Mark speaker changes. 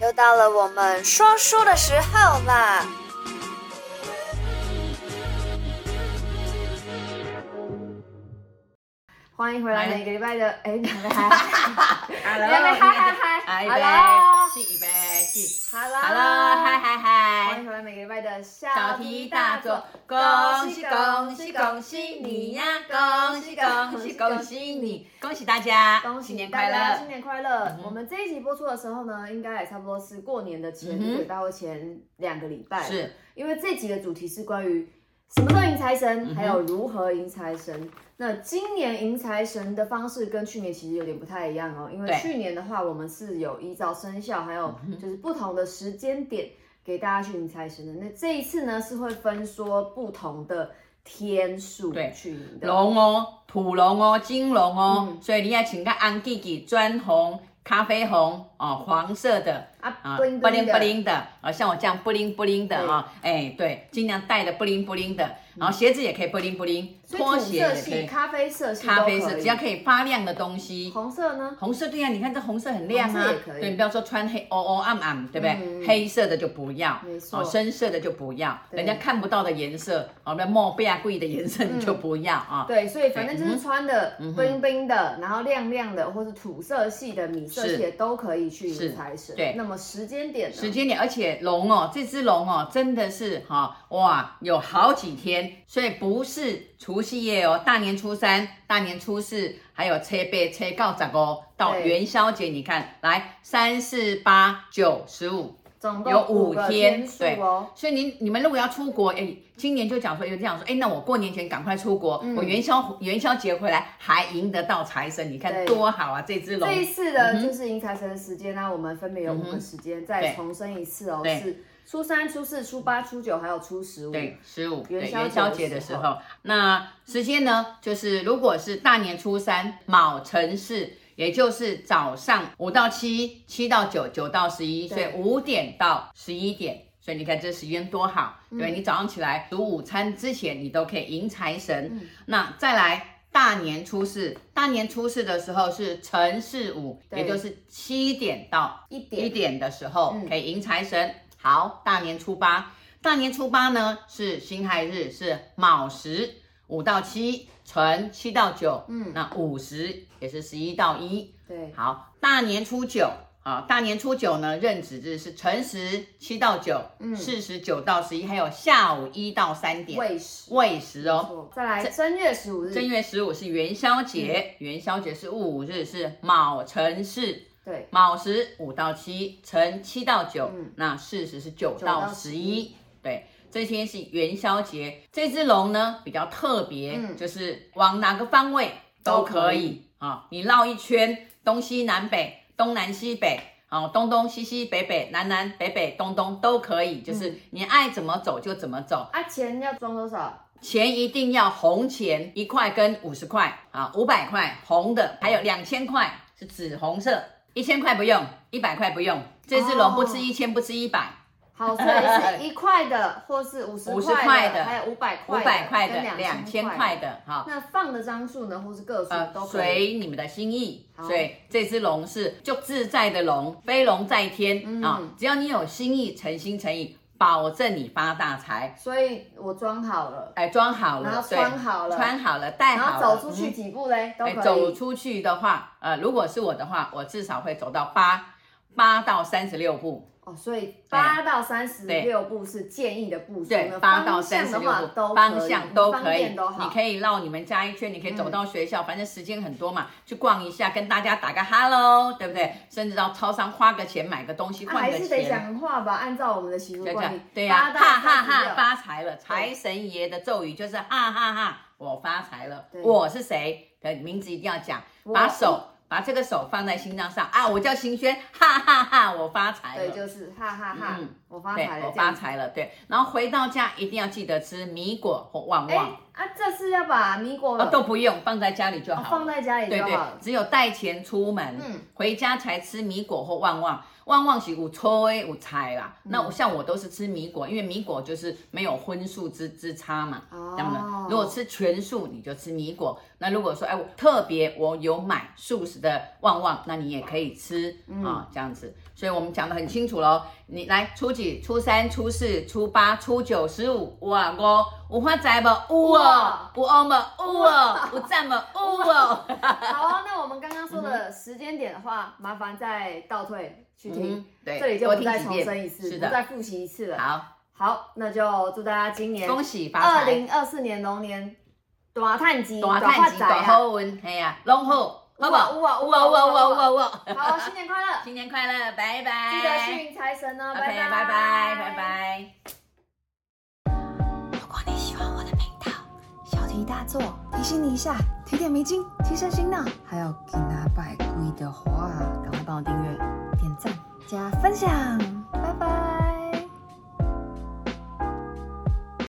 Speaker 1: 又到了我们说书的时候啦！欢迎回来，
Speaker 2: 来
Speaker 1: 每个礼拜的哎，你还没嗨 嗨
Speaker 2: Hello，
Speaker 1: 嗨嗨嗨
Speaker 2: 嗨
Speaker 1: ，Hello，
Speaker 2: 一杯，是一杯，是
Speaker 1: Hello，
Speaker 2: Hello，嗨嗨
Speaker 1: 欢迎
Speaker 2: 嗨，
Speaker 1: 回来，每个礼拜的
Speaker 2: 小题大做，啊恭喜恭喜恭喜你呀、恭喜恭喜恭喜你，恭喜大家，
Speaker 1: 恭喜
Speaker 2: 新年
Speaker 1: 大
Speaker 2: 快
Speaker 1: 家
Speaker 2: 乐
Speaker 1: 新！年快乐！
Speaker 2: 嗯哼
Speaker 1: 我们这一集播出的时候呢，应该也差不多是过年的前
Speaker 2: 嗯哼
Speaker 1: 对，大会前两个礼拜。，
Speaker 2: 是，
Speaker 1: 因为这集的主题是关于什么时候迎财神，
Speaker 2: 嗯哼
Speaker 1: 还有如何迎财神。那今年迎财神的方式跟去年其实有点不太一样哦，因为
Speaker 2: 对嗯
Speaker 1: 去年的话，我们是有依照生肖，还有就是不同的时间点给大家去迎财神的。那这一次呢，是会分说不同的天数
Speaker 2: 对
Speaker 1: 去迎的。
Speaker 2: 龙哦，土龙哦，金龙哦，
Speaker 1: 嗯
Speaker 2: 所以你要请个安吉吉砖红。咖啡红哦，黄色的
Speaker 1: 啊
Speaker 2: 啊，
Speaker 1: 不灵
Speaker 2: 不
Speaker 1: 不灵
Speaker 2: 灵不
Speaker 1: 的，
Speaker 2: 灵的啊，像我这样不灵不灵的啊，哎，对，尽量带的不灵不灵的，然后鞋子也可以不灵不灵，
Speaker 1: 所以
Speaker 2: 拖
Speaker 1: 土
Speaker 2: 鞋
Speaker 1: 色
Speaker 2: 也可
Speaker 1: 系、
Speaker 2: 以，
Speaker 1: 咖啡色系都可以、
Speaker 2: 咖啡色，只要可以发亮的东西，
Speaker 1: 红色呢？
Speaker 2: 红色对呀、你看这红色很亮
Speaker 1: 红色
Speaker 2: 啊
Speaker 1: 也，可以
Speaker 2: 对你不要说穿黑哦哦暗暗，对不对？
Speaker 1: 嗯
Speaker 2: 黑色的就不要，
Speaker 1: 没错
Speaker 2: 哦，深色的就不要，
Speaker 1: 对
Speaker 2: 人家看不到的颜色，哦，那莫贝亚贵的颜色你就不要啊。
Speaker 1: 对，所以反正就
Speaker 2: 对
Speaker 1: 是穿的
Speaker 2: 嗯哼
Speaker 1: 冰冰的，然后亮亮的，或是土色系的、米色系的都可以去
Speaker 2: 是
Speaker 1: 迎财神。
Speaker 2: 对
Speaker 1: 那么时间点呢？
Speaker 2: 时间点，而且龙哦，这只龙哦，真的是哈、哇，有好几天，所以不是除夕夜哦，大年初三、大年初四，还有车背、车告长哦，到
Speaker 1: 对
Speaker 2: 元宵节，你看来三四八九十五
Speaker 1: 总共
Speaker 2: 有五
Speaker 1: 五个
Speaker 2: 天
Speaker 1: 天数哦。
Speaker 2: 所以你你们如果要出国，哎，今年就讲说有这样说，哎，那我过年前赶快出国，
Speaker 1: 嗯
Speaker 2: 我元宵元宵节回来还迎得到财神，你看
Speaker 1: 对
Speaker 2: 多好啊！这只龙
Speaker 1: 这一次
Speaker 2: 嗯
Speaker 1: 的就是迎财神的时间呢，我们分别有五个时间，再
Speaker 2: 对
Speaker 1: 重申一次哦，
Speaker 2: 对
Speaker 1: 是初三、初四、初八、初九还有初十五。
Speaker 2: 对，十五对
Speaker 1: 元宵节的
Speaker 2: 元宵节的时
Speaker 1: 时
Speaker 2: 候，那时间呢？就是如果是大年初三卯辰巳，也就是早上五到七，七到九，九到十一，所以
Speaker 1: 对
Speaker 2: 五点到十一点。所以你看这时间多好，对、你早上起来煮午餐之前，你都可以迎财神。那再来大年初四，大年初四的时候是辰巳午，
Speaker 1: 对
Speaker 2: 也就是七点到
Speaker 1: 一
Speaker 2: 一
Speaker 1: 点
Speaker 2: 点的时候
Speaker 1: 嗯
Speaker 2: 可以迎财神。好，大年初八，大年初八呢是辛亥日，是卯时，五到七，辰七到九，
Speaker 1: 嗯
Speaker 2: 嗯，那午时也是十一到一。
Speaker 1: 对，
Speaker 2: 好，大年初九。啊，大年初九呢，壬子日是辰时七到九，
Speaker 1: 嗯
Speaker 2: 巳时九到十一，还有下午一到三点，
Speaker 1: 未时。
Speaker 2: 未时哦。
Speaker 1: 错再来正月十五
Speaker 2: 正
Speaker 1: 日，
Speaker 2: 月十五是元宵节，元宵节是戊午日，是卯辰巳，
Speaker 1: 对，
Speaker 2: 卯时五到七，辰七到九、
Speaker 1: 嗯
Speaker 2: 那巳时是九
Speaker 1: 九到
Speaker 2: 到十一。对，这天是元宵节。这只龙呢比较特别，
Speaker 1: 嗯
Speaker 2: 就是往哪个方位都
Speaker 1: 都可
Speaker 2: 可以啊、你绕一圈，东西南北，东南西北。哦，东东西西北北南南北北东东都可以，就是你爱怎么走就怎么走。
Speaker 1: 啊钱要装多少？
Speaker 2: 钱一定要红钱，一块跟五十块啊，五百块红的，还有两千块是紫红色，一千块不用，一百块不用。这只龙
Speaker 1: 哦
Speaker 2: 不吃一千，不吃一百，
Speaker 1: 好，所以是一块的，或是五十
Speaker 2: 50
Speaker 1: 块
Speaker 2: 块
Speaker 1: 的，
Speaker 2: 的
Speaker 1: 还有五百
Speaker 2: 五
Speaker 1: 块、
Speaker 2: 百块
Speaker 1: 跟
Speaker 2: 的，两千
Speaker 1: 块
Speaker 2: 块的，哈，
Speaker 1: 那放的张数呢，或是个数
Speaker 2: 呃
Speaker 1: 都，可以。
Speaker 2: 随你们的心意。
Speaker 1: 好
Speaker 2: 所以这只龙是就自在的龙，飞龙在天啊
Speaker 1: 嗯！
Speaker 2: 只要你有心意，诚心诚意，保证你发大财。
Speaker 1: 所以我装好了，
Speaker 2: 哎，装好
Speaker 1: 然
Speaker 2: 了，
Speaker 1: 后
Speaker 2: 对
Speaker 1: 穿好了
Speaker 2: 穿好了，戴
Speaker 1: 然
Speaker 2: 好
Speaker 1: 后
Speaker 2: 了，
Speaker 1: 走出
Speaker 2: 嗯
Speaker 1: 去几步嘞，都
Speaker 2: 哎，
Speaker 1: 可
Speaker 2: 走
Speaker 1: 以。
Speaker 2: 出去的话，呃，如果是我的话，我至少会走到八八到三十六步，
Speaker 1: 哦，所以八到三十六步是建议的步数，
Speaker 2: 对，
Speaker 1: 那
Speaker 2: 八到
Speaker 1: 方
Speaker 2: 三
Speaker 1: 向
Speaker 2: 十
Speaker 1: 的
Speaker 2: 六
Speaker 1: 话都可以
Speaker 2: 步，方向都
Speaker 1: 方
Speaker 2: 可以，
Speaker 1: 便都好。嗯
Speaker 2: 你可以绕你们家一圈，你可以走到学校，反正时间很多嘛，去逛一下，跟大家打个 hello，对不对？甚至到超商花个钱买个东西，
Speaker 1: 啊
Speaker 2: 换
Speaker 1: 还
Speaker 2: 个
Speaker 1: 是得
Speaker 2: 钱。
Speaker 1: 讲话吧，按照我们的习俗
Speaker 2: 对
Speaker 1: 惯例
Speaker 2: 对，对呀、
Speaker 1: 八到
Speaker 2: 哈
Speaker 1: 三
Speaker 2: 哈
Speaker 1: 十
Speaker 2: 哈，
Speaker 1: 六
Speaker 2: 发财了！财神爷的咒语就是哈哈哈，我发财了
Speaker 1: 对，
Speaker 2: 我是谁的名字一定要讲，
Speaker 1: 我
Speaker 2: 把手把这个手放在心脏上啊，我叫邢轩，哈哈哈，我发财
Speaker 1: 对，
Speaker 2: 了。
Speaker 1: 就是哈哈哈
Speaker 2: 哎嗯，
Speaker 1: 我发
Speaker 2: 对
Speaker 1: 财，了，
Speaker 2: 我
Speaker 1: 这样
Speaker 2: 发
Speaker 1: 子。
Speaker 2: 财了。对，然后回到家一定要记得吃米果或旺
Speaker 1: 哎
Speaker 2: 旺，
Speaker 1: 啊，这次要把米果
Speaker 2: 哦，都不用放在家里就
Speaker 1: 哦
Speaker 2: 好
Speaker 1: 放
Speaker 2: 了。
Speaker 1: 在家里
Speaker 2: 对
Speaker 1: 就
Speaker 2: 对
Speaker 1: 好了，。
Speaker 2: 只有带钱出门，
Speaker 1: 嗯
Speaker 2: 回家才吃米果或旺旺。旺旺喜有粗诶有菜啦。那我像我都是吃米果，因为米果就是没有荤素之之差嘛。
Speaker 1: 哦
Speaker 2: 这样的，如果吃全素，你就吃米果。那如果说，哎，我特别我有买素食的旺旺，那你也可以吃啊、这样子。所以我们讲的很清楚喽。你来初几、初三、初四、初八、初九、十五，哇，五五花仔不？有哦，有哦不？有哦，有赞不？有哦。
Speaker 1: 好啊，那我们刚刚说的时间点的话，麻烦再倒退去听
Speaker 2: 嗯，对
Speaker 1: 这里就
Speaker 2: 多
Speaker 1: 不
Speaker 2: 听
Speaker 1: 再
Speaker 2: 几
Speaker 1: 重
Speaker 2: 遍
Speaker 1: 申一次，
Speaker 2: 是
Speaker 1: 不
Speaker 2: 的
Speaker 1: 再复习一次了。
Speaker 2: 好，
Speaker 1: 好，那就祝大家今年
Speaker 2: 恭喜发
Speaker 1: 二
Speaker 2: 财，
Speaker 1: 零二四年龙年短探机，
Speaker 2: 大赚
Speaker 1: 短
Speaker 2: 钱，
Speaker 1: 发
Speaker 2: 大
Speaker 1: 仔啊！
Speaker 2: 好运，嘿呀，拢好，好不？
Speaker 1: 有啊有啊有啊
Speaker 2: 有啊有啊
Speaker 1: 有啊
Speaker 2: 有啊有啊
Speaker 1: 好，新年快乐！
Speaker 2: 新年快乐，拜拜。
Speaker 1: 记得去迎财神哦，
Speaker 2: OK，
Speaker 1: 拜拜，
Speaker 2: 拜拜，拜。拜。
Speaker 3: 如果你喜欢我的频道，小题大做提醒你一下，提点迷津，提升醒脑。还有给他拜龟的话，赶快帮我订阅、点赞、加分享，拜拜。